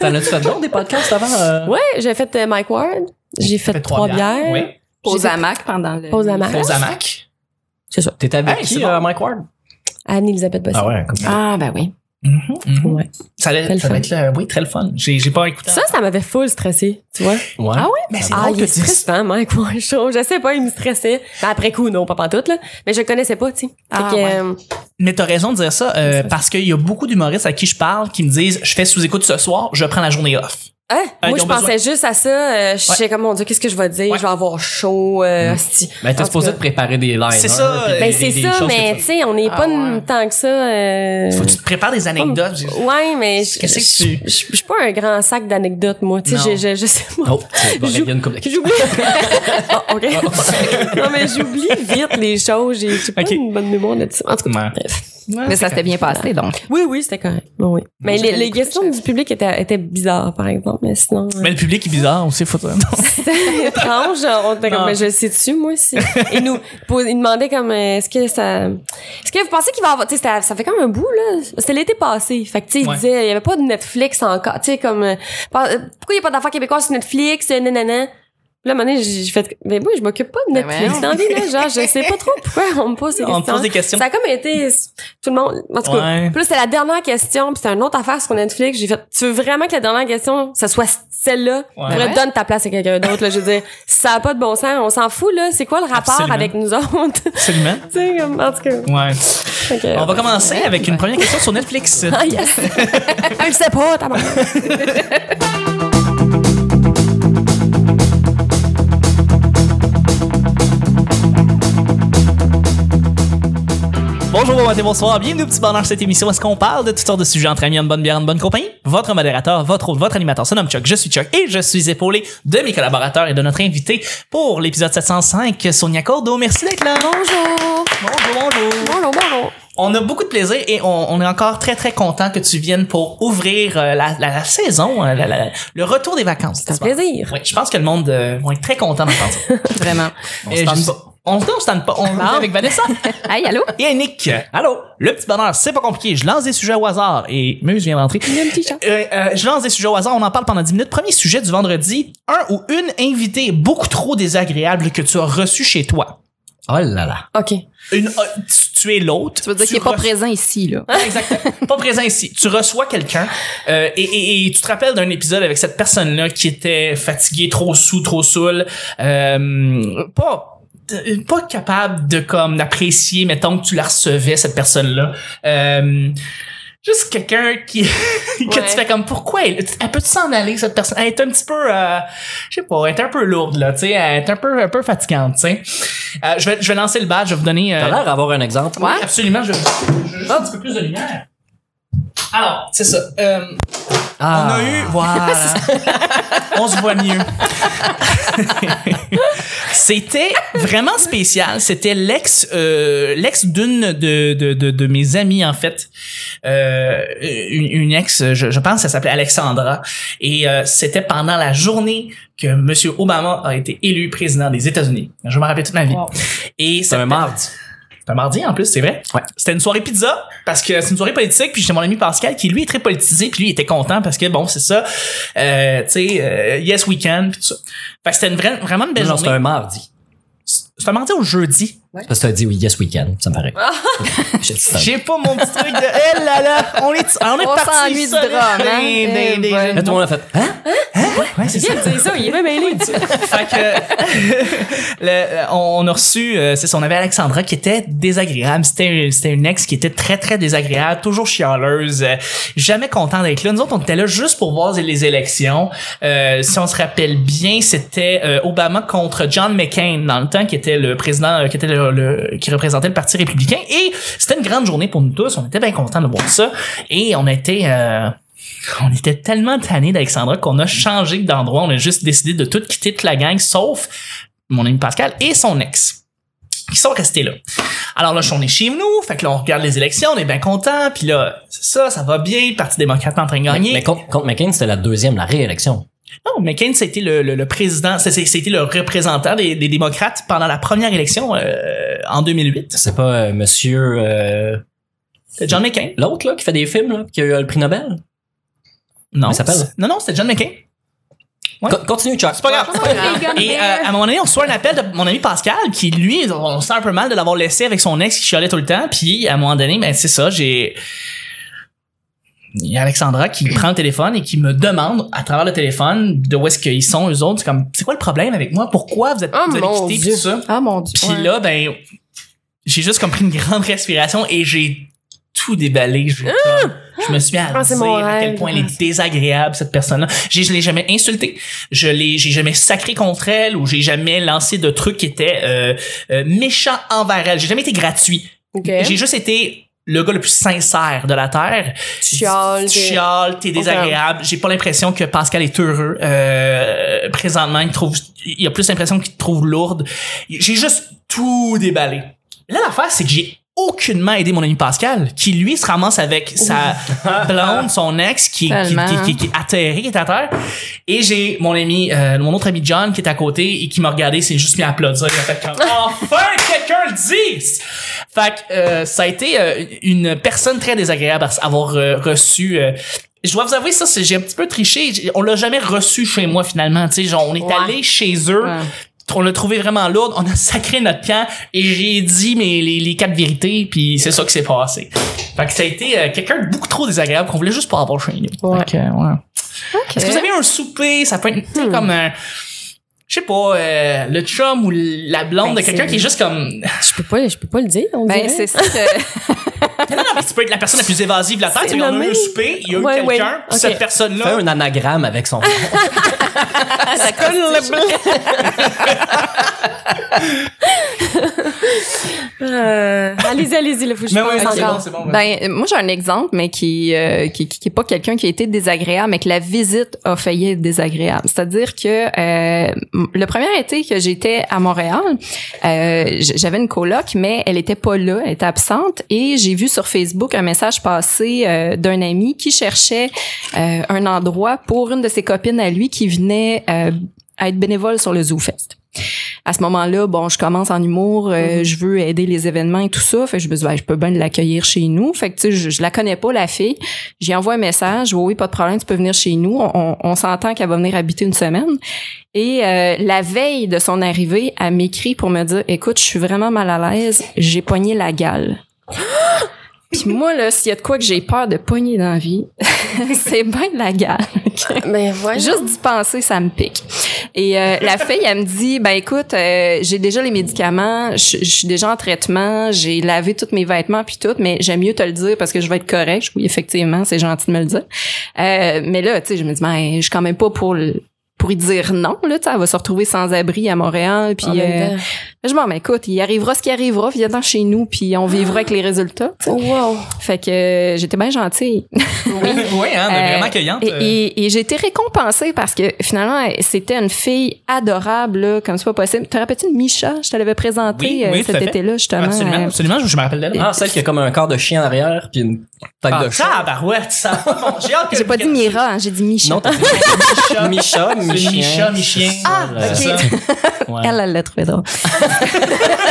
T'en as-tu fait d'autres, des podcasts avant? euh, Ouais, j'ai fait euh, Mike Ward. J'ai fait, trois bières. Ah, Oui. Pose à Mac pendant le. Pause à Mac. Pause à Mac. C'est ça. T'étais avec Hey, qui, c'est bon. euh, Mike Ward? Anne-Elisabeth Bossy. ouais, comme ça. Ah, ben oui. Ouais. Mm. Ça, allait- Très le ça fun. va être le- oui, très le fun. J'ai j'ai pas écouté. Ça, ça m'avait full stressé, tu vois. Ouais. Ah ouais? Mais c'est Ah, drôle il que est tu dis- stressant, Mike Ward, je trouve. Je sais pas, il me stressait. Ben, après coup, non, pas pantoute, là. Mais je le connaissais pas, tu sais. Fait Ah, que, ouais. euh, Mais t'as raison de dire ça, euh, parce qu'il y a beaucoup d'humoristes à qui je parle qui me disent je fais sous-écoute ce soir, je prends la journée off. hein? Euh, moi, ils je ont pensais juste à ça. euh, je sais comme, mon Dieu, qu'est-ce que je vais dire? Ouais. Mm. Je vais avoir chaud. euh, si- Ben, t'es En supposé tout cas. te préparer des liners. C'est ça, puis euh, Ben, des- c'est des ça, choses mais que tu sais, on n'est Ah, pas ouais. tant que ça. euh, Faut que tu te prépares des anecdotes. Oh, Ouais, mais je, Qu'est-ce que tu- je, je- je suis pas un grand sac d'anecdotes, moi. Tu Non. sais, je, je, je sais pas. Oh, il va Je- régler une couple de questions. J'oublie. Ah, OK. non, mais j'oublie vite les choses. J'ai j'ai pas Ok. une bonne mémoire là-dessus. En tout cas, Ouais. bref. Ah, Mais ça s'était bien passé, donc. Oui, oui, c'était correct. Oui, oui. Mais Je les, l'ai les écouté, questions je du public étaient, étaient bizarres, par exemple. Mais sinon, euh, Mais le public est bizarre aussi, faut. c'est étrange. On était comme, Non. mais je le sais dessus, moi aussi. Et nous, pos- ils demandaient comme, euh, est-ce que ça, est-ce que vous pensez qu'il va avoir, tu sais, ça, ça fait comme un bout, là. C'est l'été passé. Fait que, tu sais, ils Ouais. disaient, il y avait pas de Netflix encore. Tu sais, comme, euh, pas- euh, pourquoi il y a pas d'affaires québécoises sur Netflix, euh, nanana. Puis Là, à un moment donné, j'ai j'ai fait, mais moi, je m'occupe pas de Ben Netflix. voyons. Dans la vie, là, genre, je sais pas trop pourquoi on me pose ces On te questions. pose des questions. Ça a comme été, tout le monde, en tout cas. Ouais. Puis là, c'est la dernière question, puis c'est une autre affaire sur Netflix. J'ai fait, tu veux vraiment que la dernière question, ça soit celle-là? Ouais. Puis là, Ouais. donne ta place à quelqu'un d'autre, là. Je veux dire, ça a pas de bon sens, on s'en fout, là. C'est quoi le rapport Absolument. avec nous autres? tu Absolument. sais, comme, en tout cas. Ouais. Fait que- On va commencer avec une première question sur Netflix. Ah, yes! Elle sait pas, ta maman. Bonjour, bon matin, bonsoir. Bienvenue au petit bonheur cette émission. Est-ce qu'on parle de toutes sortes de sujets entre amis, en bonne bière, en bonne compagnie? Votre modérateur, votre hôte, votre animateur se nomme Chuck. Je suis Chuck et je suis épaulé de mes collaborateurs et de notre invité pour l'épisode 705, Sonia Cordo. Merci d'être là. Bonjour! Bonjour, bonjour. Bonjour, bonjour! On a beaucoup de plaisir et on, on est encore très très content que tu viennes pour ouvrir euh, la, la- la saison, euh, la- la- le retour des vacances. C'est un plaisir. Oui, je pense que le monde euh, va être très content d'entendre ça. Vraiment. Euh, je sais- On se on se tente pas. On est avec Vanessa Hey, allô? et Nick. Allô, le petit bonheur, c'est pas compliqué. Je lance des sujets au hasard et Muse vient d'entrer. Il y a un petit chat. Euh, euh, je lance des sujets au hasard, on en parle pendant 10 minutes. Premier sujet du vendredi, un ou une invitée beaucoup trop désagréable que tu as reçu chez toi. Oh là là. OK. Une, euh, tu, tu es l'autre. Tu veux dire qu'il est pas présent ici, là? Exactement. pas présent ici. Tu reçois quelqu'un euh, et, et- et tu te rappelles d'un épisode avec cette personne-là qui était fatiguée, trop sous, trop saoule, euh, pas euh, pas capable de comme d'apprécier mettons que tu la recevais cette personne là euh, juste quelqu'un qui que Ouais. tu fais comme pourquoi elle, elle peut s'en aller cette personne elle est un petit peu euh, je sais pas elle est un peu lourde là tu sais elle est un peu un peu fatigante tu sais Euh, je vais je vais lancer le bal je vais vous donner euh, T'as l'air d'avoir un exemple. Ah. Ouais. Absolument, je, je veux juste un petit peu plus de lumière. Alors, c'est ça. euh, Ah. On a eu. Voilà. on se voit mieux. C'était vraiment spécial. C'était l'ex, euh, l'ex d'une de, de, de, de mes amies, en fait. Euh, une, une ex, je, je pense, elle s'appelait Alexandra. Et euh, c'était pendant la journée que M. Obama a été élu président des États-Unis. Je me rappelle toute ma vie. Wow. Et C'est un mardi. c'est un mardi en plus, c'est vrai. Ouais. C'était une soirée pizza parce que c'est une soirée politique puis j'étais mon ami Pascal qui lui est très politisé puis lui il était content parce que bon c'est ça, euh, tu sais euh, yes weekend puis tout ça. Fait que c'était une vraie- vraiment une belle Non, c'est journée. un mardi. C'est un mardi ou jeudi. Parce que ça dit oui, yes weekend, ça me paraît. Ah. J'ai le seum. J'ai pas mon petit truc de eh là là on est on est On parti s'ennuie du solide drame, hein? des- des- Eh des- ben. Là, tout le monde a fait Hein? Ouais, c'est ça. Viens de dire ça, il est même mêlé. fait que le- on a reçu euh, c'est ça on avait Alexandra qui était désagréable c'était une- c'était une ex qui était très très désagréable toujours chialeuse euh, jamais content d'être là nous autres on était là juste pour voir les élections Euh, si on se rappelle bien c'était euh, Obama contre John McCain dans le temps qui était le président euh, qui était le, le- qui représentait le parti républicain et c'était une grande journée pour nous tous on était bien contents de voir ça et on était euh, on était tellement tannés d'Alexandra qu'on a changé d'endroit. On a juste décidé de tout quitter toute la gang, sauf mon ami Pascal et son ex, qui sont restés là. Alors là, on est chez nous, fait que là, on regarde les élections, on est bien content, puis là, c'est ça, ça va bien, le Parti démocrate est en train de gagner. Mais contre, contre McCain, c'était la deuxième, la réélection. Non, McCain, c'était le, le, le président, c'est- c'est- c'était le représentant des, des démocrates pendant la première élection euh, en 2008. C'est pas euh, monsieur. euh, C'est John McCain. L'autre, là, qui fait des films, là, qui a eu euh, le prix Nobel? Non. il s'appelle? c'est- Non, non, c'était John McCain. Ouais. Co- continue, Chuck. C'est pas grave. Et euh, à un moment donné, on reçoit un appel de mon ami Pascal, qui lui, on sent un peu mal de l'avoir laissé avec son ex qui chialait tout le temps. Puis à un moment donné, ben c'est ça, j'ai. Il y a Alexandra qui prend le téléphone et qui me demande à travers le téléphone de où est-ce qu'ils sont eux autres. C'est comme, c'est quoi le problème avec moi? Pourquoi vous êtes Oh, vous avez mon quitté Dieu. pis tout ça? Ah mon dieu. Puis là, ben, j'ai juste comme pris une grande respiration et j'ai tout déballé. Je, comme- je me suis mis à Ah, c'est dire mon à quel rêve. point elle est désagréable, cette personne-là. J'ai- Je l'ai jamais insultée. Je l'ai, j'ai jamais sacré contre elle ou j'ai jamais lancé de trucs qui étaient euh, euh, méchants envers elle. J'ai jamais été gratuit. OK. J'ai juste été le gars le plus sincère de la Terre. Tu chiales, Tu t'es- chiales, t'es désagréable. J'ai pas l'impression que Pascal est heureux. Euh, présentement, il trouve, il a plus l'impression qu'il te trouve lourde. J'ai juste tout déballé. Là, l'affaire, c'est que j'ai aucunement aidé mon ami Pascal, qui lui se ramasse avec sa blonde, son ex, qui, qui, Tellement. qui- qui- qui est atterré, qui est à terre. Et j'ai mon ami, euh, mon autre ami John, qui est à côté et qui m'a regardé, s'est juste mis à applaudir. Il a fait comme, enfin, quelqu'un le dit! Fait que euh, ça a été euh, une personne très désagréable à avoir euh, reçu. euh, je dois vous avouer ça, c'est- j'ai un petit peu triché. J'ai- On l'a jamais reçu chez moi finalement. Tu sais, genre, on est Ouais. allé chez eux. Ouais. On l'a trouvé vraiment lourde. On a sacré notre camp et j'ai dit mais les, les quatre vérités. Puis c'est ça qui s'est passé. Fait que ça a été euh, quelqu'un de beaucoup trop désagréable qu'on voulait juste pas avoir chez nous. Ouais. Fait que, ouais. Est-ce Euh, que vous avez un souper Ça peut être tu sais, comme un je sais pas, euh, le chum ou la blonde Ben, de quelqu'un c'est- qui est juste comme Je peux pas, je peux pas le dire, on dirait. Ben, c'est ça. que- Non, non, mais tu peux être la personne la plus évasive de la Terre. C'est Tu sais, on a eu nommé. un souper, il y a eu Ouais, ouais. quelqu'un, puis cette Ok. Fais personne-là. un anagramme avec Ah, son nom. Euh, allez-y, allez-y, là, faut que je Mais pense oui, non, c'est encore. bon, oh, c'est bon. ouais. Ben, euh, moi, j'ai un exemple, mais qui, euh, qui, qui, qui est pas quelqu'un qui a été désagréable, mais que la visite a failli être désagréable. C'est-à-dire que euh, m- le premier été que j'étais à Montréal, euh, j- j'avais une coloc, mais elle était pas là, elle était absente, et j'ai vu sur Facebook un message passer euh, d'un ami qui cherchait euh, un endroit pour une de ses copines à lui qui venait euh, à être bénévole sur le Zoo Fest. À ce moment-là, bon, je commence en humour, euh, je veux aider les événements et tout ça. Fait que je me dis, ben, je peux bien l'accueillir chez nous. Fait que tu sais, je, je la connais pas, la fille. J'y envoie un message, oui, oui, pas de problème, tu peux venir chez nous. On, on- on s'entend qu'elle va venir habiter une semaine. Et euh, la veille de son arrivée, elle m'écrit pour me dire, écoute, je suis vraiment mal à l'aise, j'ai pogné la gale. Puis moi, là, s'il y a de quoi que j'ai peur de pogner dans la vie, c'est bien la gale. Mais voilà. Juste d'y penser, ça me pique. Et euh, la fille, elle me dit, ben écoute, euh, j'ai déjà les médicaments, je je suis déjà en traitement, j'ai lavé tous mes vêtements puis tout, mais j'aime mieux te le dire parce que je vais être correct. Je- Oui, effectivement, c'est gentil de me le dire. Euh, mais là, tu sais, je me dis, ben je suis quand même pas pour le- pour y dire non, là, tu sais, elle va se retrouver sans abri à Montréal, puis En euh, même temps. je m'en mais écoute, il arrivera ce qui arrivera, viens dans chez nous, puis on vivra avec les résultats. tu sais. Oh, wow. Fait que euh, j'étais bien gentille. Oui, oui, hein, mais Euh, vraiment accueillante. Et, et- et j'ai été récompensée parce que finalement, elle- c'était une fille adorable, là, comme c'est pas possible. Te rappelles-tu de Micha? Je te l'avais présentée Oui, euh, oui, tout à cet fait. été-là, justement. absolument, Euh, absolument, je, je me rappelle d'elle. Ah, celle qui a comme un corps de chien en arrière puis une tête Ah, de chat. tabarouette, ça. Bon, J'ai hâte que J'ai pas dit Mira, hein, j'ai dit Micha. Non, t'as dit Micha, Ah, C'est Micha, Michien. Michien. Ah, C'est ça. Ouais. Elle, elle l'a trouvé drôle.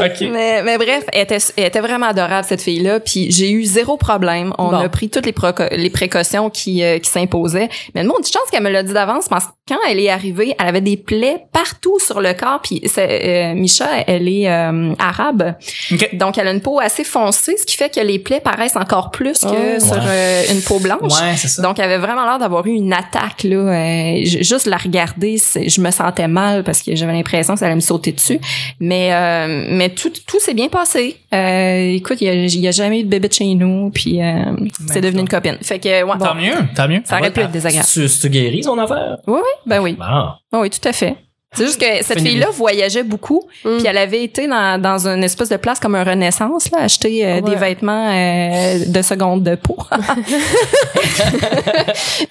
OK. Mais, mais bref, elle était, elle était vraiment adorable, cette fille-là. Puis j'ai eu zéro problème. On Bon. a pris toutes les, proco- les précautions qui, euh, qui s'imposaient. Mais le monde, je pense qu'elle me l'a dit d'avance parce que quand elle est arrivée, elle avait des plaies partout sur le corps. Puis c'est, euh, Micha, elle est euh, arabe. OK. Donc, elle a une peau assez foncée, ce qui fait que les plaies paraissent encore plus que Oh. sur Ouais. euh, une peau blanche. Ouais, c'est ça. Donc, elle avait vraiment l'air d'avoir eu une attaque. Là. Euh, j- juste la regarder, c'est- je me sentais mal parce que j'avais l'impression que ça allait me sauter dessus. Mais, euh, mais tout, tout s'est bien passé. Euh, écoute, il n'y a, il y a jamais eu de bébé de chez nous, puis euh, c'est devenu une copine. Fait que, ouais, Tant bon, mieux, tant mieux. ça aurait pu être désagréable. Tu, tu guéris son affaire? Oui, oui, ben oui. Ah. Oui, oui, tout à fait. C'est juste que cette Fini. fille-là voyageait beaucoup, Mm. puis elle avait été dans, dans une espèce de place comme un Renaissance, là, acheter euh, Ouais. des vêtements euh, de seconde de peau.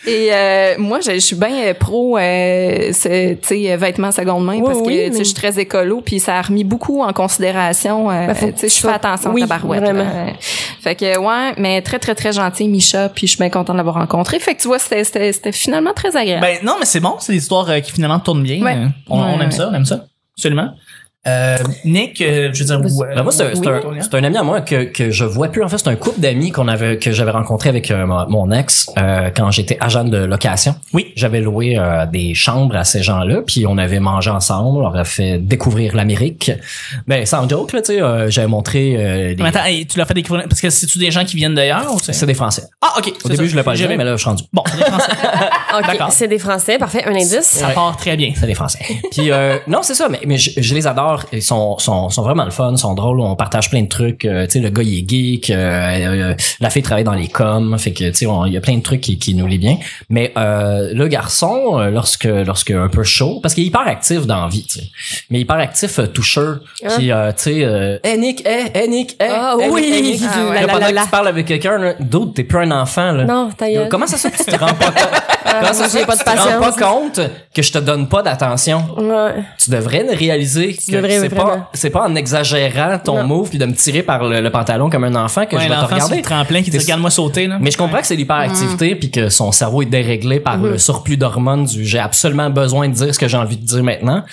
Et euh, moi, je, je suis bien pro, euh, ce- tu sais, vêtements seconde main, Oui, parce que oui, tu sais, mais- je suis très écolo, puis ça a remis beaucoup en considération. euh, Ben, faut tu que sais, tu je fais sois- attention oui, à ta barouette. vraiment. là. Fait que, ouais, mais très, très, très gentil, Micha, puis je suis bien contente de l'avoir rencontrée. Fait que, tu vois, c'était- c'était c'était finalement très agréable. Ben non, mais c'est bon, c'est des histoires euh, qui finalement tournent bien. Ouais. Euh, On, on Ouais, aime ouais. ça, on aime ça. Absolument. Euh, Nick, euh, je veux dire, Vas-y. ouais, ben moi, c'est un, c'est un- Antonia. c'est un ami à moi que, que je vois plus. En fait, c'est un couple d'amis qu'on avait que j'avais rencontré avec euh, mon- mon ex euh, quand j'étais agent de location. Oui. J'avais loué euh, des chambres à ces gens-là, puis on avait mangé ensemble, on leur a fait découvrir l'Amérique. Ben, sans joke, là, tu sais, euh, j'avais montré euh, des- Mais attends, hey, tu l'as fait découvrir parce que c'est tu des gens qui viennent d'ailleurs ou c'est- C'est des Français. Ah ok. Au c'est début, ça. je l'ai pas dit, J'avais- mais là, je suis rendu. Bon, c'est des Français. OK, D'accord. c'est des Français. Parfait. Un indice. ça part très bien. C'est des Français. Puis euh, non, c'est ça, mais, mais je, je les adore. Ils sont, sont, sont vraiment le fun, sont drôles. On partage plein de trucs. Euh, tu sais, le gars il est geek, euh, euh, la fille travaille dans les coms, fait que tu sais, on- il y a plein de trucs qui, qui nous lient bien. Mais euh, le garçon, euh, lorsque lorsque un peu chaud, parce qu'il est hyper actif dans la vie, tu sais, mais hyper actif euh, toucheur. Hein? Puis euh, tu sais, euh, hey Nick, hey, hey Nick, hey, Ah, hey, oui. Nick, hey, Nick. Ah, Là, ouais. La, la, pendant la, que la. tu parles avec quelqu'un, là, d'autre, t'es plus un enfant là. Non, ta gueule. Comment ça se fait que tu te rends pas compte? Comment ça se j'ai fait pas que tu de te rends pas patience. compte que je te donne pas d'attention? Ouais. Tu devrais le réaliser que devrais, c'est vraiment. pas, c'est pas en exagérant ton Non. move puis de me tirer par le, le pantalon comme un enfant que Ouais, je vais te L'enfant sur regarder. le tremplin qui dit C'est- regarde-moi sauter là. Mais je comprends que c'est Mm. l'hyperactivité puis que son cerveau est déréglé par Mm-hmm. le surplus d'hormones du j'ai absolument besoin de dire ce que j'ai envie de dire maintenant.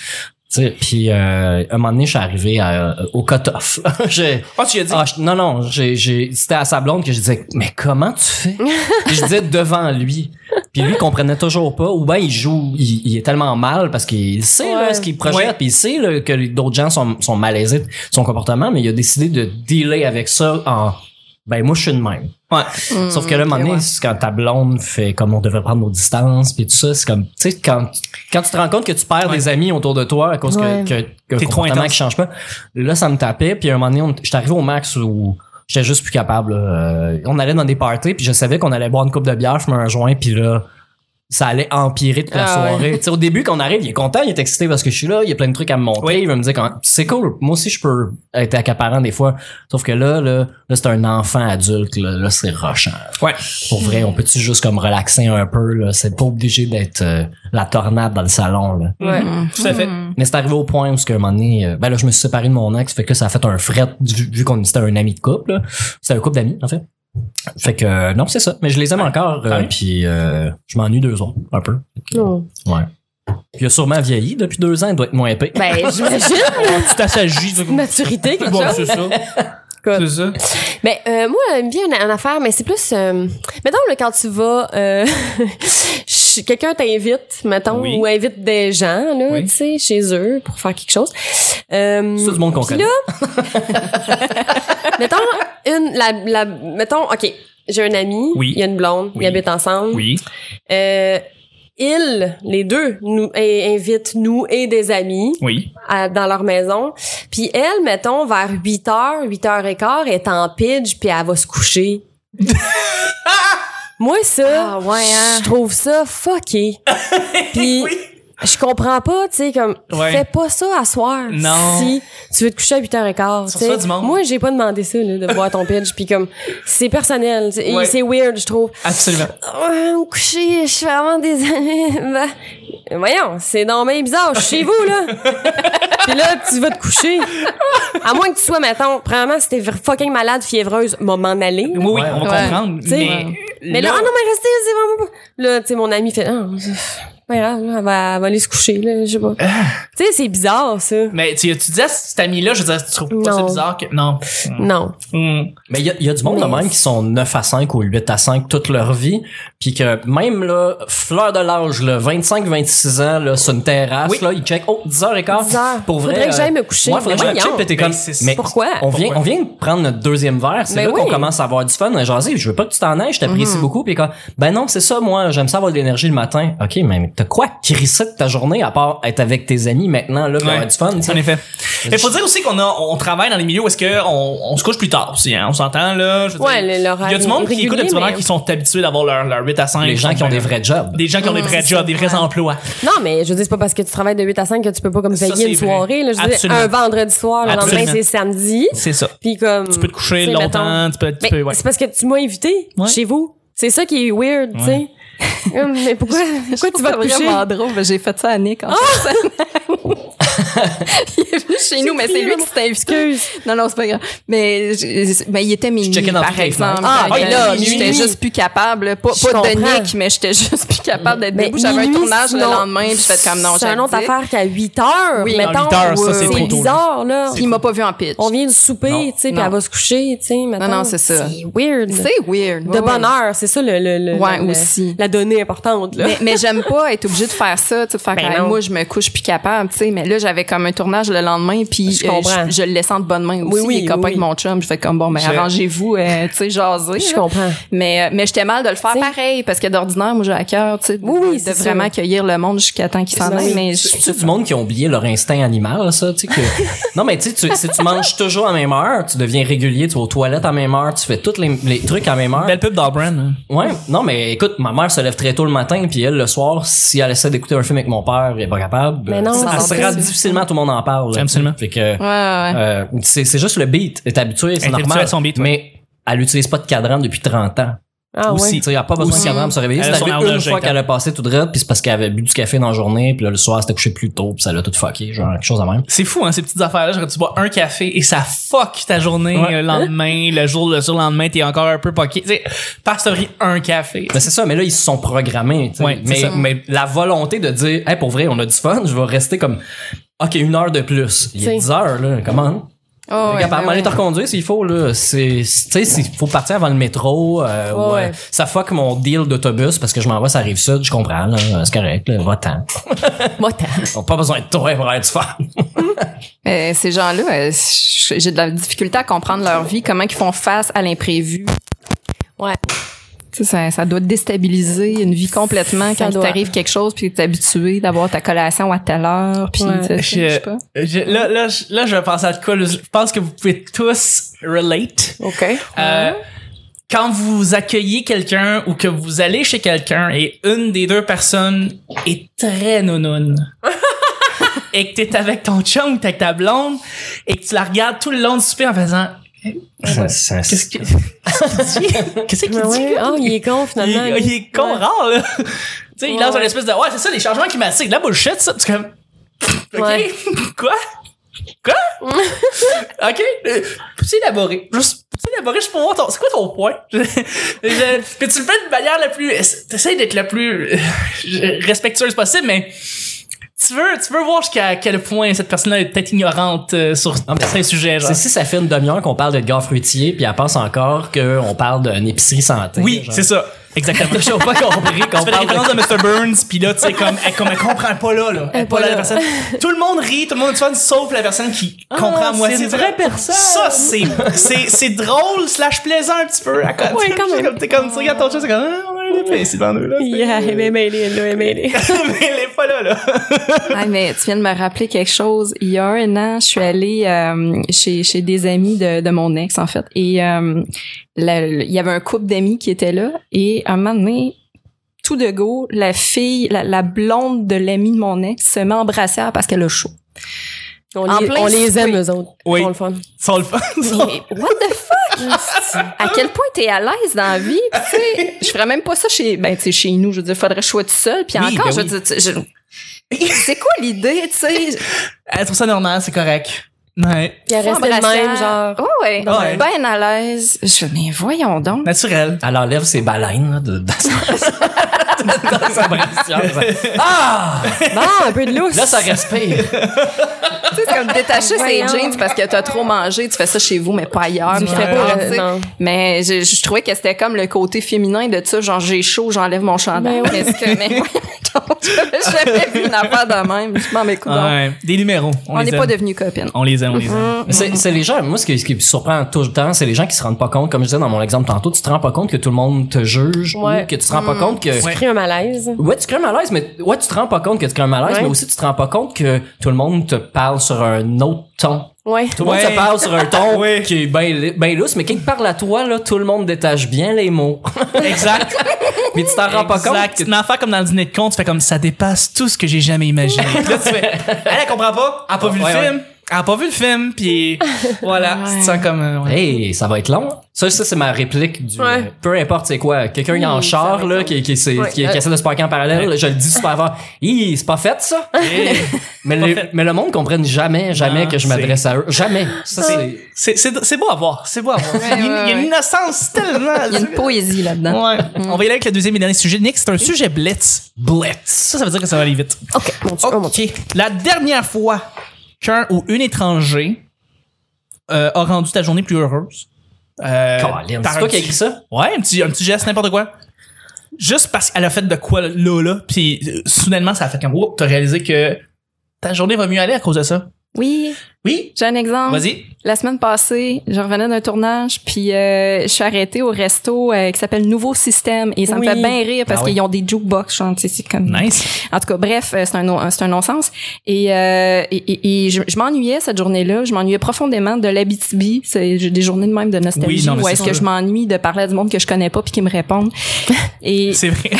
Tu sais, puis euh, un moment donné, je suis arrivé à- euh, au cut-off. J'ai- Ah tu lui as dit. ah, je- non, non, j'ai, j'ai, c'était à sa blonde que je disais, mais comment tu fais? Puis je disais devant lui. Puis lui, il comprenait toujours pas. Ou bien il joue, il, il est tellement mal parce qu'il sait là, Ouais. ce qu'il projette, Ouais. puis il sait là, que les- d'autres gens sont, sont malaisés de son comportement, mais il a décidé de dealer avec ça en. Ben, moi, je suis de même. Ouais. Ben, Hmm. Sauf que là, un moment donné, c'est quand ta blonde fait comme on devrait prendre nos distances, puis tout ça, c'est comme, tu sais, quand, quand tu te rends compte que tu perds Ouais. des amis autour de toi à cause Ouais. que, que, que T'es trop comportement intense. qui change pas, là, ça me tapait, puis à un moment donné, on- j'étais arrivé au max où j'étais juste plus capable. là. Euh, on allait dans des parties, puis je savais qu'on allait boire une coupe de bière, fumer un joint, puis là, ça allait empirer toute la Ah ouais. soirée. Tu sais, au début, quand on arrive, il est content, il est excité parce que je suis là, il y a plein de trucs à me montrer, il veut me dire, quand- c'est cool, moi aussi, je peux être accaparant des fois. Sauf que là, là, là c'est un enfant adulte, là, là c'est rochant. Ouais. Pour vrai, on peut-tu juste comme relaxer un peu, là? C'est pas obligé d'être euh, la tornade dans le salon, là. Ouais. Tout à fait. Mais c'est arrivé au point où, qu'à un moment donné, euh, ben là, je me suis séparé de mon ex, fait que ça a fait un fret, vu, vu qu'on était un ami de couple, là. C'était un couple d'amis, en fait. Fait que, euh, non, c'est ça. Mais je les aime encore, euh, tant mieux. puis euh, je m'ennuie deux ans, un peu. Non. Ouais. Puis il a sûrement vieilli depuis deux ans, il doit être moins épais. Ben, j'imagine. Tu t'assagis. tu- Maturité, quelque Bon chose. c'est ça. C'est ça. Ben, euh, moi, j'aime bien une, une affaire, mais c'est plus. euh, mettons, là, quand tu vas. euh, ch- Quelqu'un t'invite, mettons, Oui. ou invite des gens, là, Oui. tu sais, chez eux pour faire quelque chose. Euh, C'est tout le monde qu'on Puis connaît. mettons, une. La, la, mettons, OK, j'ai un ami, Oui. il y a une blonde, Oui. ils habitent ensemble. Oui. Euh, ils, les deux, nous eh, invitent nous et des amis Oui. à- dans leur maison. Puis elle, mettons, vers 8 h 8 h 15 elle est en pidge, puis elle va se coucher. Moi, ça, Ah ouais, hein? je trouve ça fucké. Puis je comprends pas, tu sais, comme, Ouais. fais pas ça à soir. Non. Si tu veux te coucher à 8h15. Sur tu sais. ça, du monde. Moi, j'ai pas demandé ça, là, de boire ton pidge. Puis comme, c'est personnel. tu sais, et Ouais. C'est weird, je trouve. Absolument. Ouais, me Euh, coucher, je suis vraiment désolée. Ben, voyons, c'est dans bien bizarre, je suis chez vous, là. Puis là, tu vas te coucher. À moins que tu sois, mettons, premièrement, si t'es v- fucking malade, fiévreuse, m'a m'en aller. Oui, oui, Ouais. on va Ouais. comprendre. Tu sais, Mais, Mais là, ah non, mais restez, c'est vraiment pas. Là, tu sais, mon ami fait, ah, c'est pas grave, là, elle va, elle va aller se coucher, là, je sais Ah. pas. tu sais, c'est bizarre, ça. mais tu, tu disais à cet ami-là, je disais, tu trouves pas ça Non. bizarre que. Non. Non. Mm. Mais il y a, il y a du monde de Mais- même qui sont 9 à 5 ou 8 à 5 toute leur vie, puis que même là, fleur de l'âge, là, 25-26 ans, là, sur une terrasse, Oui. là, ils checkent, oh, 10h15, 10 heures. pour vrai. Faudrait que euh, j'aille me coucher. Ouais, faudrait que Mais j'aille me check, voyons. puis t'es Ben, comme, c'est- mais Pourquoi? on vient, Pourquoi? on vient de prendre notre deuxième verre, c'est Ben là qu'on oui. Mhm. commence à avoir du fun, à jaser, je veux pas que tu t'en ailles, je t'apprécie beaucoup, puis quand, ben non, c'est ça, moi, j'aime ça avoir de l'énergie le matin. Ok, mais t'as quoi qui de ta journée à part être avec tes amis maintenant, là, pour Ouais. avoir du fun, tu sais? En effet. Mais faut dire aussi qu'on a, on travaille dans les milieux où est-ce que on, on se couche plus tard aussi, hein. On s'entend, là. je veux Ouais, dire. le- l'horaire Il y a du monde qui régulier, écoute petit moment mais- qui sont habitués d'avoir leur, leur 8 à 5. Les gens qui ont des vrais jobs. Des gens qui ont des vrais jobs, des vrais emplois. Non, mais je veux dire, c'est pas parce que tu travailles de 8 à 5 que tu peux pas comme Ça, veiller une c'est vrai. soirée. Là, je veux dire, Absolument. un vendredi soir, le lendemain, Absolument. c'est samedi. C'est ça. Puis comme. Tu peux te coucher sais, mettons. longtemps, tu peux, tu Mais peux, ouais. c'est parce que tu m'as invité Ouais. chez vous. C'est ça qui est weird, tu sais. Hum, mais pourquoi, pourquoi tu vas te coucher? vraiment drôle. J'ai fait ça à Nick en il est venu chez nous, mais c'est lui qui s'était invité. Excuse. Non, non, c'est pas grave. Mais, je- mais il était minuit, checkais dans par toutes les exemple. fenêtres. Ah, Fait oui, que là, minuit. j'étais juste plus capable. là. Pas, Je pas de comprends. nick, mais j'étais juste plus capable d'être Mais debout. J'avais un minuit, tournage le sinon, lendemain, puis j'étais comme non, C'est j'ai un autre dit. affaire qu'à 8 heures. Oui. mettons, euh, Non, 8 heures, ça, c'est c'est trop tôt, hein. là. bizarre, là. Puis il m'a pas vu en pitch. On vient de souper, Non. tu sais, puis Non. elle va se coucher, tu sais. mettons. non, c'est ça. C'est weird. C'est weird. De ouais, ouais. bonheur, c'est ça le, le, le- Ouais, le- aussi. la donnée importante, là. Mais, mais j'aime pas être obligée de faire ça, tu sais, de faire Ben comme, non. moi je me couche plus capable, tu sais, mais là j'avais comme un tournage le lendemain puis Je euh, comprends. je, je le laissais en de bonne main aussi Oui, oui, les copains oui, de mon chum, je fais comme bon ben Je- arrangez-vous euh, tu sais jaser. Je là. comprends. Mais euh, mais j'étais mal de le faire Tu sais. pareil parce que d'ordinaire moi j'ai à cœur, tu sais, Oui, oui, de c'est vraiment sûr. accueillir le monde jusqu'à temps qu'il s'en Ben aille oui. mais je- C'est du monde qui a oublié leur instinct animal, ça. Tu sais que... non, mais tu sais, tu- si tu manges toujours à même heure, tu deviens régulier, tu vas aux toilettes à même heure, tu fais tous les, les trucs à même heure. Belle pub d'Albrand. hein. Ouais, non, mais écoute, ma mère se lève très tôt le matin, puis elle, le soir, si elle essaie d'écouter un film avec mon père, elle est pas capable. Mais non, Euh, ça elle sort se rend pas. difficilement, tout le monde en parle. là. Absolument. Fait que, Ouais, ouais. euh, c'est c'est juste le beat. Elle est habituée, Elle c'est est habituée normal. à son beat, ouais. Mais elle n'utilise pas de cadran depuis 30 ans. Ah Aussi. Tu ouais. sais, elle a pas besoin de Aussi. cadran pour se réveiller. Elle C'est a son arrivé une horloge fois interne. qu'elle a passé tout droit, puis c'est parce qu'elle avait bu du café dans la journée, puis là, le soir, elle s'était couchée plus tôt, puis ça l'a tout fucké, genre quelque chose de même. C'est fou, hein, ces petites affaires-là. Genre, tu bois un café et ça fuck ta journée euh, Ouais. le lendemain, le jour, le surlendemain, t'es encore un peu poqué. Tu sais, parce que t'as pris un café. Mais c'est ça, mais là, ils se sont programmés. tu sais. Ouais, c'est mais, ça. mais la volonté de dire, hey, pour vrai, on a du fun, je vais rester comme, OK, une heure de plus. Il C'est- est 10 heures, là, comment? Oh, Fait ouais, qu'apparemment, ouais, aller te ouais. reconduire s'il faut, là. C'est, c'est- tu sais, il faut partir avant le métro. euh, Ouais, ouais. ouais. Ça fuck mon deal d'autobus parce que je m'en vais, ça arrive ça, je comprends, là. C'est correct, là. Va-t'en. On pas besoin de toi pour être fan. Euh, ces gens-là, euh, je- j'ai de la difficulté à comprendre leur vie, comment ils font face à l'imprévu. Ouais. Tu sais, Ça, ça doit déstabiliser une vie complètement Ça quand il doit. t'arrive quelque chose puis t'es habitué d'avoir ta collation à telle heure puis Ouais. tu sais, je sais pas. Je- là, là, je- là, je vais penser à de quoi. là, Je pense que vous pouvez tous relate. OK. Euh, quand vous accueillez quelqu'un ou que vous allez chez quelqu'un et une des deux personnes est très nounoune et que t'es avec ton chum ou t'es avec ta blonde et que tu la regardes tout le long du souper en faisant qu'est-ce que- qu'est-ce qu'il dit qu'est-ce qu'il Mais dit ouais. là? Oh, il est con, finalement. il, il est con Ouais. rare là tu sais il Ouais, lance ouais. une espèce de ouais c'est ça les changements climatiques de la bullshit ça tu es comme ok Ouais. quoi quoi ok euh, peux-tu élaborer juste peux-tu élaborer juste pour voir ton c'est quoi ton point Je- je- puis tu le fais de manière la plus t'essayes d'être la plus euh, respectueuse possible mais tu veux, tu veux voir jusqu'à quel point cette personne-là est peut-être ignorante euh, sur Ah, mais certains sujets. Genre. C'est si ça fait une demi-heure qu'on parle d'Edgar Fruitier, puis elle pense encore qu'on parle d'une épicerie santé. Oui, genre. c'est ça. Exactement. J'ai pas compris On qu'on fait des parle de- références de Mr. Burns, puis là, tu sais, comme, elle, comme elle comprend pas là, là. Elle est pas là, la personne. Tout le monde rit, tout le monde est fun, sauf la personne qui comprend à moitié. c'est une du- vraie personne. Ça, c'est, c'est, c'est drôle, slash plaisant un petit peu. À côté. Ouais, quand même. Comme, t'es comme, tu regardes ton chat, c'est comme, ah, on a un épée, c'est dans deux, là. Yeah, elle est mêlée, elle est mêlée. Mais elle est pas là, là. Ah, mais tu viens de me rappeler quelque chose. Il y a un an, je suis allée euh, chez, chez des amis de, de mon ex, en fait. Et euh, la- le- il y avait un couple d'amis qui était là. Et à un moment donné, tout de go, la fille, la, la blonde de l'ami de mon ex se met en brassière parce qu'elle a chaud. On, En les, plein on les souper. aime, eux autres. Oui. Ils font le fun. Sans le fun. Mais what the Ah, fuck? à quel point t'es à l'aise dans la vie? Tu sais, je ferais même pas ça chez, ben, tu sais, chez nous. Je veux dire, faudrait que je sois tout seul. Puis Oui, encore, ben je veux oui. dire, tu- je- c'est quoi l'idée, tu sais? Elle trouve ça normal, c'est correct. Ouais. Puis elle reste Embrasseur. le même, genre. Oh ouais, Ouais. ben à l'aise. Je fais, mais voyons donc. Naturel. Elle enlève ses baleines là, de, dans dans sa brassière. Ah! Bon, bah, un peu de lousse. Là, ça respire. tu sais, c'est comme détacher ses Voyons. jeans parce que t'as trop mangé. Tu fais ça chez vous, mais pas ailleurs. puis Ouais. fais pas, Ouais, tu sais. non. Mais je, je trouvais que c'était comme le côté féminin de ça. Genre, j'ai chaud, j'enlève mon chandail. Mais oui. Mais c'est que, mais voyons donc, j'avais jamais vu une affaire de même. Je m'en mets coudonc. Ouais. Des numéros. On, On les n'est aime. pas devenus copines. On les aime, on les aime. C'est c'est les gens, moi, ce qui, ce qui me surprend tout le temps, c'est les gens qui se rendent pas compte, comme je disais dans mon exemple tantôt, tu te rends pas compte que tout le monde te juge, Ouais. Mm. ou que tu te rends pas compte que. Ouais. Ouais. Pris un malaise. tu crées un malaise, mais ouais, tu te rends pas compte que tu crées un malaise, Ouais. mais aussi tu te rends pas compte que tout le monde te parle sur un autre ton. Ouais. Tout le monde Ouais. te parle sur un ton Ouais. qui est ben, ben lousse, mais quand il parle à toi, là, tout le monde détache bien les mots. Exact. mais tu t'en rends pas compte. Exact. que- Tu t'en fais comme dans le dîner de con, tu fais comme ça dépasse tout ce que j'ai jamais imaginé. Puis là, tu fais, elle, elle comprend pas, elle a pas vu Ouais, le ouais. film, elle a pas vu le film, puis voilà, Ouais. tu te sens comme... euh, ouais. Hey, ça va être long. hein? Ça, ça c'est ma réplique du. Ouais. euh, Peu importe c'est quoi. Quelqu'un qui est en Mmh, ça va char, être là, long. qui, qui, s'est- Ouais. qui- qui essaie de se parquer en parallèle, là, je le dis super fort. Hi, c'est pas fait, ça. Hey. Mais, Pas le- fait. mais le monde comprenne jamais, jamais Non, que je c'est- m'adresse à eux. Jamais. Ça, c'est. C'est- C'est c'est beau à voir, c'est beau à voir. Ouais, il, y a une- ouais, il y a une ouais. innocence tellement... Il y a une hein. poésie là-dedans. Ouais. On va y aller avec le deuxième et dernier sujet. Nick, c'est un sujet blitz. Blitz. Ça, ça veut dire que ça va aller vite. OK, mon Dieu. Oh, mon Dieu. OK. La dernière fois qu'un ou une étranger euh, a rendu ta journée plus heureuse. euh, Colin, par c'est un toi qui petit- as écrit ça? Ouais, un petit, un petit geste, n'importe quoi. Juste parce qu'elle a fait de quoi là, là, puis euh, soudainement, ça a fait comme, oups, t'as réalisé que ta journée va mieux aller à cause de ça. Oui, Oui? j'ai un exemple. Vas-y. La semaine passée, je revenais d'un tournage, puis euh, je suis arrêtée au resto euh, qui s'appelle Nouveau Système, et ça Oui. me fait bien rire parce Ah oui. qu'ils ont des jukebox, genre, tu sais, c'est comme... Nice. En tout cas, bref, euh, c'est un, non- c'est un non-sens. Et, euh, et, et- et je, je m'ennuyais cette journée-là. Je m'ennuyais profondément de l'Abitibi. C'est j'ai des journées de même de nostalgie Oui, non, mais où c'est est-ce que sûr. je m'ennuie de parler à du monde que je connais pas puis qui me répondent. et C'est vrai.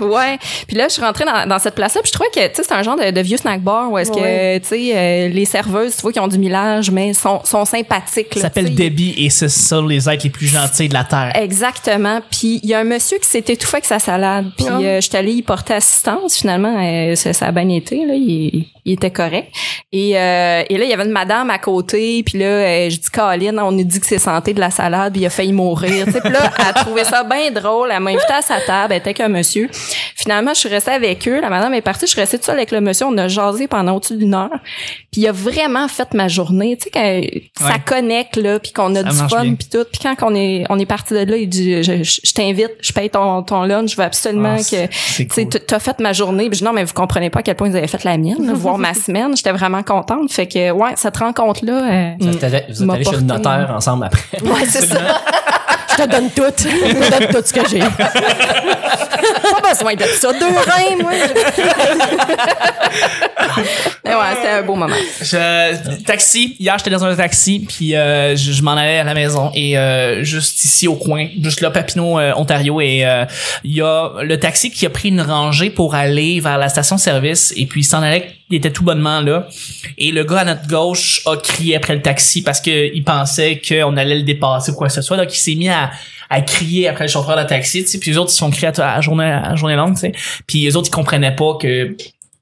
ouais. Puis là, je suis rentrée dans, dans cette place-là, puis je trouvais que tu sais, c'est un genre de, de vieux snack bar où est-ce Ouais. que tu sais euh, les serveuses, tu vois, qui ont du millage, mais sont, sont sympathiques. Ça là, tu s'appelle sais. Debbie et c'est ça les êtres les plus gentils de la Terre. Exactement. Puis il y a un monsieur qui s'est étouffé avec sa salade. Puis Ah. euh, je suis allée y porter assistance. Finalement, euh, ça, ça a bien été. Là. Il, il était correct. Et, euh, et là, il y avait une madame à côté. Puis là, euh, je dis, Colin, on nous dit que c'est santé de la salade. Puis il a failli mourir. Tu sais, puis là, elle a trouvé ça bien drôle. Elle m'a invité à sa table. Elle était qu'un monsieur. Finalement, je suis restée avec eux. La madame est partie. Je suis restée toute seule avec le monsieur. On a jasé pendant au-dessus d'une heure. Puis il a vraiment fait ma journée. Tu sais, quand ça Ouais. connecte, là, puis qu'on Ça a du marche fun, bien. puis tout. Puis quand on est, on est parti de là, il dit, je, je- je t'invite, je paye ton, ton lunch, je veux absolument Ah, que, c'est- tu c'est sais, cool. t- t'as fait ma journée. Puis je dis, non, mais vous comprenez pas à quel point vous avez fait la mienne, là, voire ma semaine. J'étais vraiment contente. Fait que, ouais, cette rencontre-là, euh, Vous êtes allé- vous êtes M'a allé chez le porté, notaire ensemble après. ouais, c'est ça. Je te donne tout. Je te donne tout ce que j'ai. Pas besoin de ça. Deux reins, moi. Mm. Mais ouais, c'était un beau moment. Je, taxi, hier j'étais dans un taxi, puis euh, je, je m'en allais à la maison et euh, juste ici au coin, juste là, Papineau, euh, Ontario, et euh, il y a le taxi qui a pris une rangée pour aller vers la station-service et puis il s'en allait, il était tout bonnement là. Et le gars à notre gauche a crié après le taxi parce que il pensait qu'on allait le dépasser ou quoi que ce soit, donc il s'est mis à à crier après le chauffeur de taxi, tu sais, puis les autres ils sont criés à, à journée à journée longue, tu sais. Puis les autres ils comprenaient pas que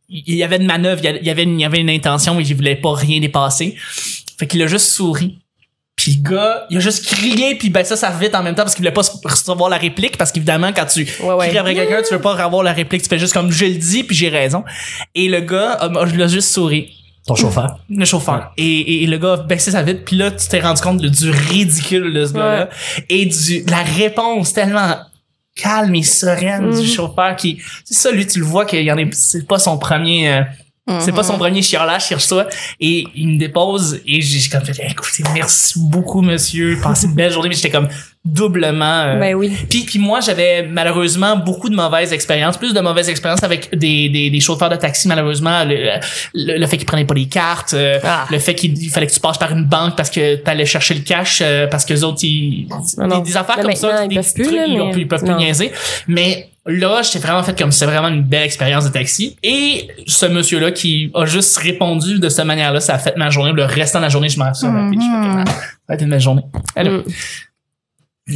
il y avait une manœuvre, il y avait une, il y avait une intention et il voulait pas rien dépasser. Fait qu'il a juste souri. Puis le gars, il a juste crié puis ben ça ça vite en même temps parce qu'il voulait pas se- recevoir la réplique parce qu'évidemment quand tu Ouais, ouais. cries après quelqu'un, tu veux pas avoir la réplique, tu fais juste comme je le dis puis j'ai raison. Et le gars, euh, je l'ai juste souri Ton chauffeur. le chauffeur. Et, et, et le gars a baissé sa vitre, puis là, tu t'es rendu compte de- du ridicule de ce gars-là et du, de la réponse tellement calme et sereine du chauffeur qui c'est ça lui tu le vois qu'il y en a c'est pas son premier euh, c'est pas son premier chiolage sur ça et il me dépose et j'ai j'ai comme fait écoutez merci beaucoup monsieur passez une belle journée mais j'étais comme doublement euh, Ben oui. puis, puis moi, j'avais malheureusement beaucoup de mauvaises expériences, plus de mauvaises expériences avec des, des, des chauffeurs de taxi, malheureusement. Le, le, le fait qu'ils prenaient pas les cartes, euh, Ah. le fait qu'il il fallait que tu passes par une banque parce que t'allais chercher le cash, euh, parce que les autres, ils, Ah Non, non. des, des affaires Là, comme ça, maintenant, des ils peuvent petits plus, trucs, là, ils, ont mais- plus- ils peuvent non. plus niaiser. Mais là, j'étais vraiment fait comme c'est vraiment une belle expérience de taxi. Et ce monsieur-là qui a juste répondu de cette manière-là, ça a fait ma journée. Le restant de la journée, je m'en suis Mhm. rappelé. Je fais comme, ah, Ça a été une belle journée. Allô. Mm.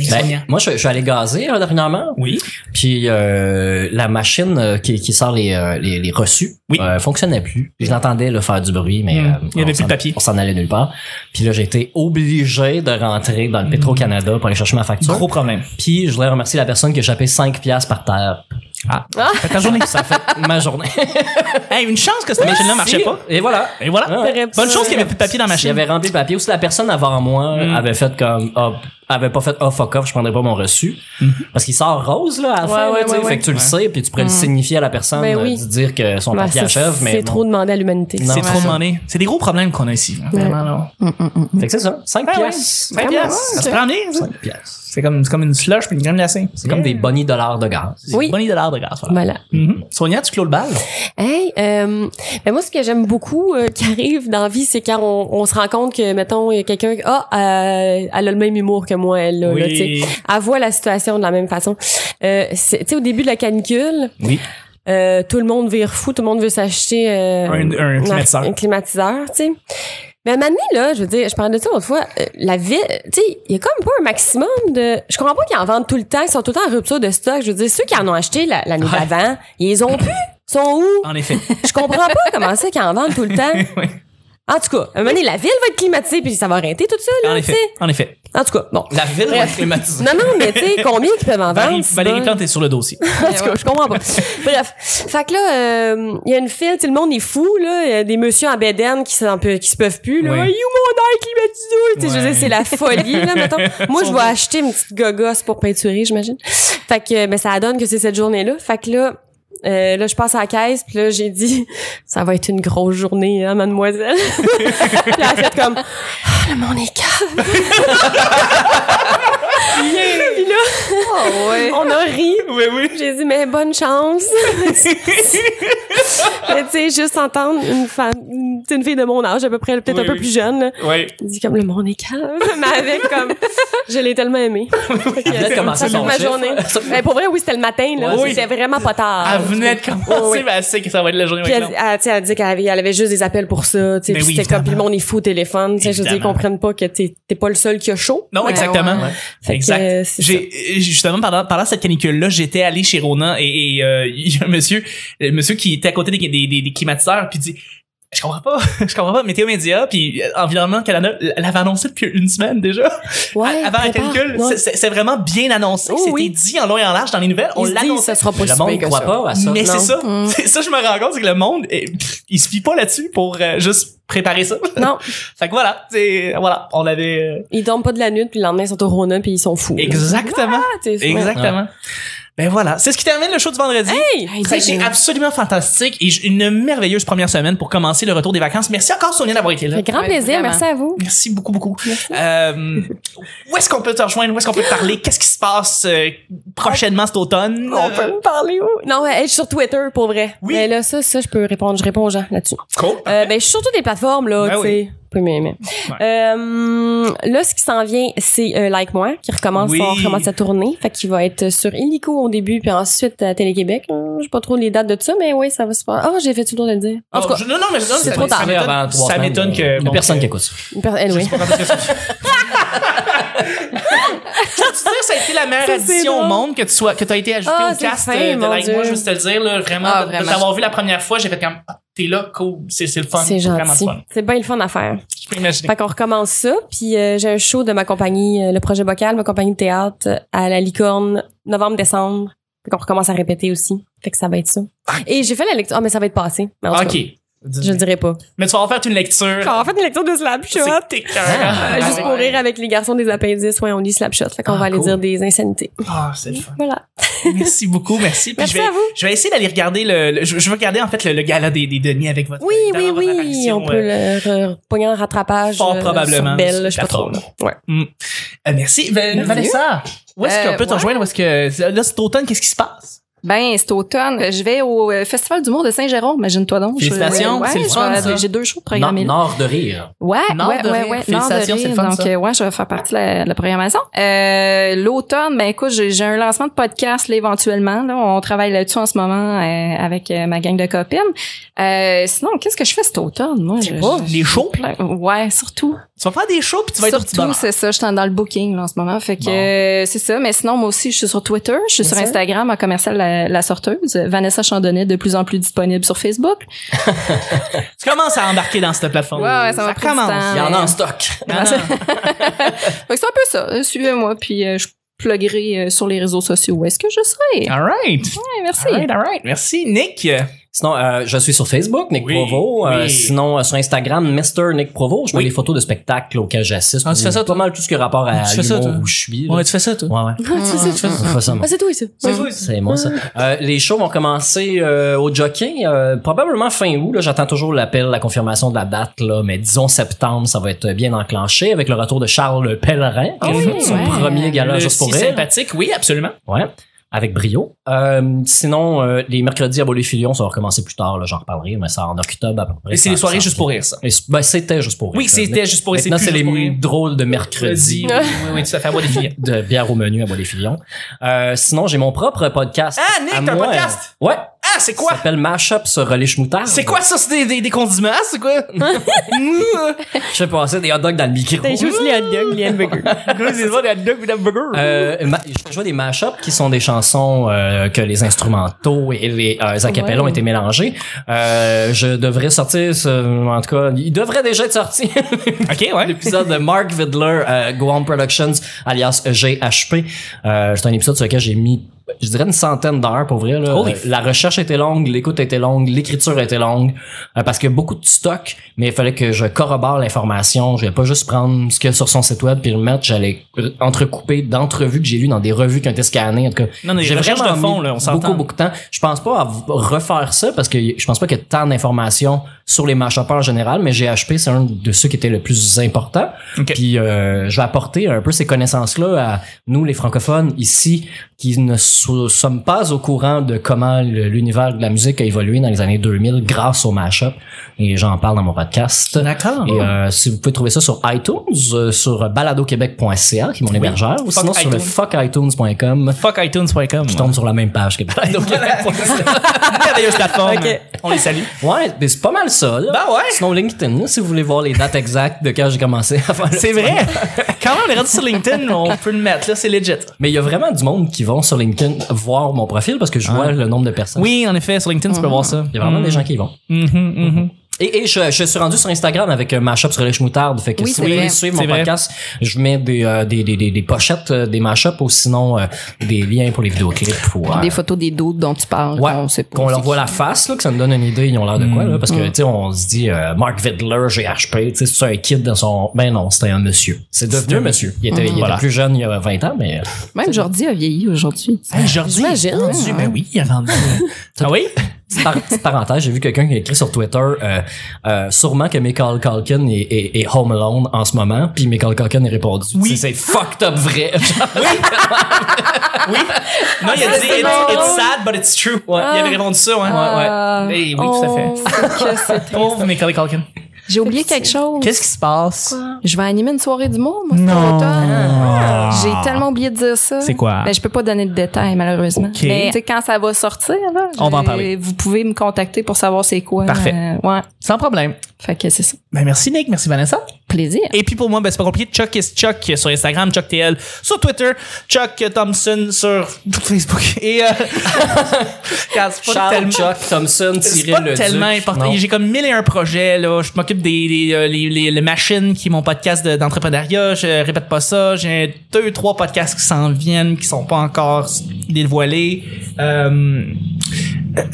Ben, moi, je, je suis allé gazer là, dernièrement. oui. Puis euh, la machine euh, qui, qui sort les, euh, les, les reçus Oui. euh, fonctionnait plus. Je l'entendais là, faire du bruit, mais Mm. euh, Il y avait on plus de s'en- papier. On s'en allait nulle part. Puis là, j'ai été obligé de rentrer dans le Mm. Petro-Canada pour aller chercher ma facture. Gros problème. Puis je voulais remercier la personne qui a échappé 5 piastres par terre. Ah. Fait ta journée. Ça a fait ma journée. Hey, une chance que cette machine-là marchait pas. Et voilà. Et voilà. Ouais. Bonne chance qu'il y avait plus de papier dans la S'il machine. avait rempli le papier, ou si la personne avant moi Mm. avait fait comme, ah, avait pas fait, oh fuck off, je prendrais pas mon reçu. Mm. Parce qu'il sort rose, là, à la Ouais, fin, là, ouais, tu sais, ouais, fait que tu le sais, puis tu pourrais le signifier à la personne, Ben euh, oui. de dire que son Ben, papier ça, achève, mais. c'est non. trop demandé à l'humanité. Non. C'est Ouais. trop demandé. C'est des gros problèmes qu'on a ici. hein, Vraiment, là. Fait que c'est ça. 5 Ben Ouais, ouais. piastres. Cinq piastres. Ça se prend bien, ça. 5 piastres. C'est comme, c'est comme une slush puis une crème glacée. C'est comme des bonnies dollars de gaz. Oui. Bonne idée de l'art de grâce, voilà. Voilà. Mhm. Sonia, tu clôt le bal. Hey, euh, ben moi, ce que j'aime beaucoup euh, qui arrive dans la vie, c'est quand on, on se rend compte que, mettons, il y a quelqu'un qui, ah, euh, elle a le même humour que moi, elle, euh, là, là, tu sais. Elle voit la situation de la même façon. Euh, c'est- tu sais, au début de la canicule, Oui. euh, tout le monde vire fou, tout le monde veut s'acheter euh, Un- un climatiseur. un climatiseur, tu sais. Mais à un moment donné, là, je veux dire, je parlais de ça l'autre fois, euh, la ville, tu sais, il y a comme pas un maximum de. Je comprends pas qu'ils en vendent tout le temps, ils sont tout le temps en rupture de stock. Je veux dire, ceux qui en ont acheté la- l'année Ouais. d'avant, ils les ont plus. Ils sont où? En effet. Je comprends pas comment c'est qu'ils en vendent tout le temps. Oui. En tout cas, à un moment donné, la ville va être climatisée, puis ça va arrêter tout ça, En là, tu effet. sais. En effet. En tout cas, bon. La ville va être climatisée. Non, non, mais tu sais, combien ils peuvent en Valérie, vendre? c'est Valérie bon. Plante est sur le dossier. En tout cas, je comprends pas. Bref. Fait que là, euh, il y a une file, tu sais, le monde est fou, là. Il y a des messieurs en bédaine qui, s'en peu- qui se peuvent plus, là. Ouais. Ouais. You, mon air climatisé! Tu sais, je veux Ouais. dire, c'est la folie, là, mettons. Moi, je vais acheter une petite gogosse pour peinturer, j'imagine. Fait que, euh, ben, ça donne que c'est cette journée-là. Fait que là, euh, là, je passe à la caisse, puis là, j'ai dit, ça va être une grosse journée, hein, mademoiselle. puis elle a fait comme, ah, le monde est calme. Puis là, on a ri. Oui, oui. J'ai dit, mais bonne chance. mais tu sais, juste entendre une femme, une, une fille de mon âge, à peu près, peut-être Oui, un peu oui. plus jeune, là, Oui. elle dit comme le monde est calme, mais avec comme, je l'ai tellement aimé. Elle venait de Ça commencer fait son ma chiffre. journée. mais pour vrai, oui, c'était le matin, là. Oui. C'était vraiment pas tard. Elle venait de Oh, commencer, Ah, oui. mais elle sait que ça va être la journée Puis elle, maintenant. elle, tu sais, elle dit qu'elle avait, elle avait juste des appels pour ça, tu sais, Ben puis oui, c'était comme, puis le évidemment. monde est fou au téléphone, tu sais, je veux dire, ils Évidemment. comprennent pas que t'es t'es pas le seul qui a chaud. Non, Ouais, exactement. ouais. Fait que, euh, Exact. c'est J'ai euh, justement pendant pendant cette canicule là, j'étais allé chez Rona et et, euh, il y a un monsieur, le monsieur qui était à côté des des, des, des climatiseurs puis dit je comprends pas, je comprends pas Météo Média puis euh, Environnement Canada elle avait annoncé depuis une semaine déjà. Ouais, Avant la prépare. canicule, Non. c'est- c'est c'est vraiment bien annoncé, Oh, c'était oui. dit en long et en large dans les nouvelles, on Ils se disent, l'annonçait. ça sera pas Le si monde pire ne que croit ça. pas à ça. Mais non. Hum. c'est ça, Mm. c'est ça je me rends compte c'est que le monde eh, pff, il se fie pas là-dessus pour euh, juste préparer ça. Non, fait que voilà, c'est voilà, on avait euh, ils dorment pas de la nuit, puis le lendemain, ils sont au Rona, puis ils sont fous. là. exactement Ah, t'es fou. Exactement. Ben voilà, c'est ce qui termine le show du vendredi. Hey! Ça a été absolument fantastique et j- une merveilleuse première semaine pour commencer le retour des vacances. Merci encore Sonia d'avoir été là. Fait grand Ouais, plaisir, vraiment. merci à vous. Merci beaucoup, beaucoup. Euh, où est-ce qu'on peut te rejoindre? Où est-ce qu'on peut te parler? Qu'est-ce qui se passe euh, prochainement cet automne? Euh, me parler où? Non, ouais, hey, je suis sur Twitter pour vrai. Oui. Mais là, ça, ça, je peux répondre. Je réponds aux gens là-dessus. Cool. Euh, ben, je suis sur toutes les plateformes, là, Ben tu sais. Oui, mais, mais. Euh, là, ce qui s'en vient, c'est euh, Like Moi, qui recommence, Oui. on recommence à tourner. Fait qu'il va être euh, sur Illico au début, puis ensuite à Télé-Québec. Hum, Je sais pas trop les dates de ça, mais oui, ça va se faire. Ah, j'ai fait tout le tour de le dire. En tout Oh, cas, je- non, non, mais non, c'est ça- trop tard. Ça Avant m'étonne, trois ça semaines, m'étonne euh, que. y a bon, personne que- qui écoute ça. une per- elle, Je oui. sais pas quand est-ce que ça- Je peux te dire, ça a été la meilleure Ça, c'est addition au drôle. monde que tu sois, que as été ajouté Ah, au c'est cast fin, euh, de mon Like Moi. Dieu. Je veux te le dire, là, vraiment, Ah, de- de, vraiment. t'avoir vu la première fois, j'ai fait comme, ah, t'es là, cool, c'est c'est le fun. C'est vraiment gentil. le fun. C'est bien le fun à faire. Je peux imaginer. Fait qu'on recommence ça. Puis euh, j'ai un show de ma compagnie, euh, le projet Bocal, ma compagnie de théâtre, euh, à la Licorne, novembre-décembre. Fait qu'on recommence à répéter aussi. Fait que ça va être ça. Et j'ai fait la lecture. Ah, mais ça va être passé. Mais en tout Ok. cas, je Oh, le dirais pas. Mais tu vas en faire une lecture. Quand on fait une lecture de Slapshot, C'est Ah, tes cœurs. euh, juste pour rire avec les garçons des appendices, ouais, on lit Slapshot. Fait qu'on Ah, va aller cool. dire des insanités. Ah, c'est le fun. Voilà. Merci beaucoup, merci. Puis Merci je vais, à vous. je vais essayer d'aller regarder le, le- je, je vais regarder en fait le, le gala des, des Denis avec votre. Oui, dans oui, votre oui. apparition, On peut euh, le re- pogner en rattrapage. Fort euh, probablement, Sur Belle, je sais pas trop. plateforme. là. Ouais. euh, merci. Ben, Merci. Vanessa, où est-ce Euh, qu'on peut te ouais. rejoindre? Où est-ce que là cet automne, qu'est-ce qui se passe? Ben, c'est automne. Je vais au euh, Festival d'humour de Saint-Jérôme, imagine-toi donc. Je- Félicitations, ouais, c'est le je fun, vais- ça. J'ai deux shows Nord, programmés. Nord de rire. Ouais, Nord ouais, de ouais, rire. ouais. Félicitations, c'est le fun, Donc, ça. euh, ouais, je vais faire partie de la, la programmation. Euh, L'automne, ben écoute, j'ai j'ai un lancement de podcast là, éventuellement. Là. On travaille là-dessus en ce moment euh, avec euh, ma gang de copines. Euh, sinon, qu'est-ce que je fais cet automne? Moi, je, Oh, je- les shows. plein- Ouais, surtout. Tu vas faire des shows puis tu vas être au petit Surtout, bonheur. c'est ça, je suis dans le booking là, en ce moment. Fait que Bon. euh, c'est ça. Mais sinon, moi aussi, je suis sur Twitter, je suis Bien sur sûr. Instagram en commercial la, la sorteuse. Vanessa Chandonnet de plus en plus disponible sur Facebook. Tu commences à embarquer dans cette plateforme. Ouais, ouais, ça m'a pris du commence. temps. Il y en a en stock. Ah, Fait que c'est un peu ça. Euh, Suivez-moi, puis euh, je pluguerai euh, sur les réseaux sociaux où est-ce que je serai. all right. Ouais, merci. All right, all right. Merci, Nick. Sinon, euh, je suis sur Facebook, Nick Oui, Provo. Euh, oui. Sinon, euh, sur Instagram, Mr. Nick Provo. Je mets Oui. des photos de spectacles auxquels j'assiste. Ah, tu ou fais ça, Ah, Pas mal tout ce qui a rapport à Tu fais ça, l'humour toi? où je suis. là. tu fais ça, toi. ouais, ouais. C'est ça, tu fais ça. Je fais ça, moi. Ah, c'est toi, ça. C'est Ouais. cool, ça. C'est moi ça. Euh, les shows vont commencer euh, au jockey, euh, probablement fin août. là. J'attends toujours l'appel, la confirmation de la date, là, mais disons septembre, ça va être bien enclenché avec le retour de Charles Pellerin, qui a oui, fait son ouais. premier Ah gala Le juste pour si rire. sympathique, oui, absolument. Ouais, avec brio. Euh, sinon, euh, les mercredis à Boléfilion, ça va recommencer plus tard, là, j'en reparlerai, mais ça en octobre à peu près. Et c'est Ça- les soirées ça- juste pour rire, ça. Et c- ben, c'était juste pour rire. Oui, c'était juste pour rire. Maintenant, plus c'est juste pour les rire. drôles de mercredi Oui, oui, oui, tout à fait. Moi, des filles. de bière au menu à Boléfilion. Euh, sinon, j'ai mon propre podcast. Ah, Nick, à t'as un moi. podcast? Ouais. Ah, c'est quoi? Ça s'appelle Mashup sur relish moutarde. C'est quoi ça? C'est des, des, des condiments? C'est quoi? Je fais passer des hot dogs dans le micro. T'as juste les hot dogs, les hamburgers. c'est ça, des hot dogs pis des hamburgers. Euh, ma- je vois des mashups qui sont des chansons euh, que les instrumentaux et les, euh, les acapellas ont été mélangés. Euh, je devrais sortir, ce- en tout cas, il devrait déjà être sorti ok, ouais. l'épisode de Mark Vidler, euh, Go On Productions, alias GHP. Euh, c'est un épisode sur lequel j'ai mis, je dirais, une centaine d'heures pour vrai. là. Holy Euh, la recherche était longue, l'écoute était longue, l'écriture était longue, euh, parce qu'il y a beaucoup de stock, mais il fallait que je corrobore l'information. Je vais pas juste prendre ce qu'il y a sur son site web puis le mettre. J'allais entrecouper d'entrevues que j'ai lues dans des revues qui ont été scannées. En tout cas, Non, non, les j'ai recherches vraiment de fond, mis là, on s'entend. Beaucoup, beaucoup de temps. Je pense pas à v- refaire ça parce que je pense pas qu'il y ait tant d'informations sur les match-up en général, mais GHP, c'est un de ceux qui était le plus important. Ok. Puis euh, je vais apporter un peu ces connaissances-là à nous, les francophones, ici, qui ne so- sommes pas au courant de comment le- l'univers de la musique a évolué dans les années 2000 grâce au match-up. Et j'en parle dans mon podcast. D'accord. Et euh, si vous pouvez trouver ça sur iTunes, euh, sur baladoquebec.ca, qui est mon hébergeur, ou sinon sur le iTunes. fuckitunes.com, Fuck iTunes.com. qui tombe sur la même page que baladoquebec.ca. merveilleuse plateforme. Ok. On les salue. Ouais, mais c'est pas mal ça. Là. Ben ouais. Sinon, LinkedIn, là, si vous voulez voir les dates exactes de quand j'ai commencé à faire le C'est vrai. Quand on est rendu sur LinkedIn, on peut le mettre, là, c'est legit. Mais il y a vraiment du monde qui vont sur LinkedIn voir mon profil parce que je vois le nombre de Ah. personnes. Oui, Hmm. en effet, sur LinkedIn, tu peux Mm. voir ça. Mm. Mm-hmm, Il y a vraiment des gens qui y vont. Et, et je, je suis rendu sur Instagram avec un mashup sur les moutarde. Fait que Oui, si c'est vous voulez vrai. suivre C'est mon vrai. podcast, je mets des, euh, des, des, des, des pochettes, euh, des mashups ou sinon euh, des liens pour les vidéoclips. Ou, euh, Des photos des doutes dont tu parles. Ouais, qu'on sait pas qu'on c'est leur voit qui. la face, là, que ça nous donne une idée, ils ont l'air de quoi, Mm. là, parce que, tu sais, on se dit, euh, Mark Vidler, GHP, tu sais, c'est un kid dans son, ben non, c'était un monsieur. C'est devenu un monsieur. Il était, il était Mm. Voilà. plus jeune il y a 20 ans, mais, euh, Même Jordi a vieilli aujourd'hui. Aujourd'hui, J'imagine. rendu- ben oui, il est rendu. ah oui? petite, par- petite parenthèse, j'ai vu quelqu'un qui a écrit sur Twitter, euh, euh, sûrement que Michael Calkin est, est- est home alone en ce moment, puis Michael Calkin a répondu, Oui. c'est c'est fucked up vrai. Oui. Non, il a dit, c'est it's, drôle. it's sad, but it's true. Ouais, Il avait répondu ça, Ah, ouais. Ah. ouais, ouais. Eh oui, tout à fait. fait. Pauvre Michael Culkin. J'ai oublié quelque chose. Qu'est-ce qui se passe? Je vais animer une soirée du monde, moi, cet Non. Ah. automne. J'ai tellement oublié de dire ça. C'est quoi? Ben, je peux pas donner de détails, malheureusement. Mais tu sais, quand ça va sortir, là, On va en je- parler. Vous pouvez me contacter pour savoir c'est quoi. Parfait. Euh, ouais. Sans problème. Fait que c'est ça. Ben merci Nick, merci Vanessa. Plaisir. Et puis pour moi, ben c'est pas compliqué. Chuck is Chuck sur Instagram, Chuck TL sur Twitter, Chuck Thompson sur Facebook. Et euh, regarde, c'est pas Charles tellement- Chuck Thompson, c'est pas Cyril le tellement Duc. important. Non. J'ai comme mille et un projets là. Je m'occupe des, des, euh, les, les- les machines qui est mon podcast de- d'entrepreneuriat. je répète pas ça. J'ai deux trois podcasts qui s'en viennent qui sont pas encore dévoilés. Euh,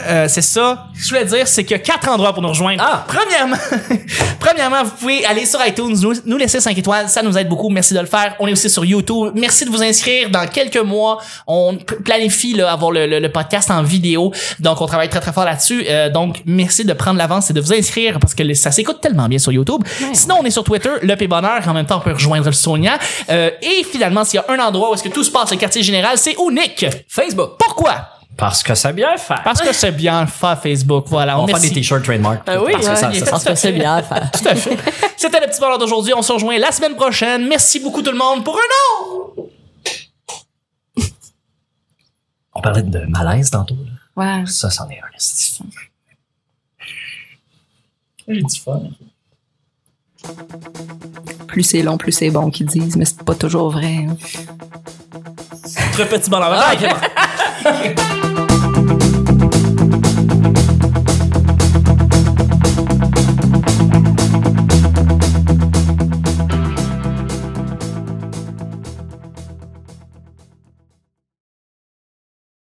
euh, c'est ça. Ce que je voulais dire, c'est qu'il y a quatre endroits pour nous rejoindre. Ah! Premièrement, premièrement, vous pouvez aller sur iTunes, nous, nous laisser 5 étoiles, ça nous aide beaucoup. Merci de le faire. On est aussi sur YouTube. Merci de vous inscrire. Dans quelques mois, on p- planifie là, avoir le, le- le podcast en vidéo. Donc, on travaille très très fort là-dessus. Euh, donc, merci de prendre l'avance et de vous inscrire parce que le- ça s'écoute tellement bien sur YouTube. Sinon, on est sur Twitter, le P Bonheur. En même temps, on peut rejoindre le Sonia. Euh, et finalement, s'il y a un endroit où est-ce que tout se passe, le quartier général, c'est où Nick? Facebook. Pourquoi? Parce que c'est bien fait. Parce que c'est bien faire Facebook. Voilà, on, On va faire merci. des t-shirts trademark. Ah oui, Parce que ouais, ça- il ça- ça- pense que c'est bien à faire. Tout à fait. C'était le petit bonheur d'aujourd'hui. On se rejoint la semaine prochaine. Merci beaucoup tout le monde pour un an. On parlait de malaise tantôt. là. Ouais. Ça, c'en est un. esti. J'ai du fun. Plus c'est long, plus c'est bon qu'ils disent, mais c'est pas toujours vrai. hein. Ah, Très petit bonheur. Bye.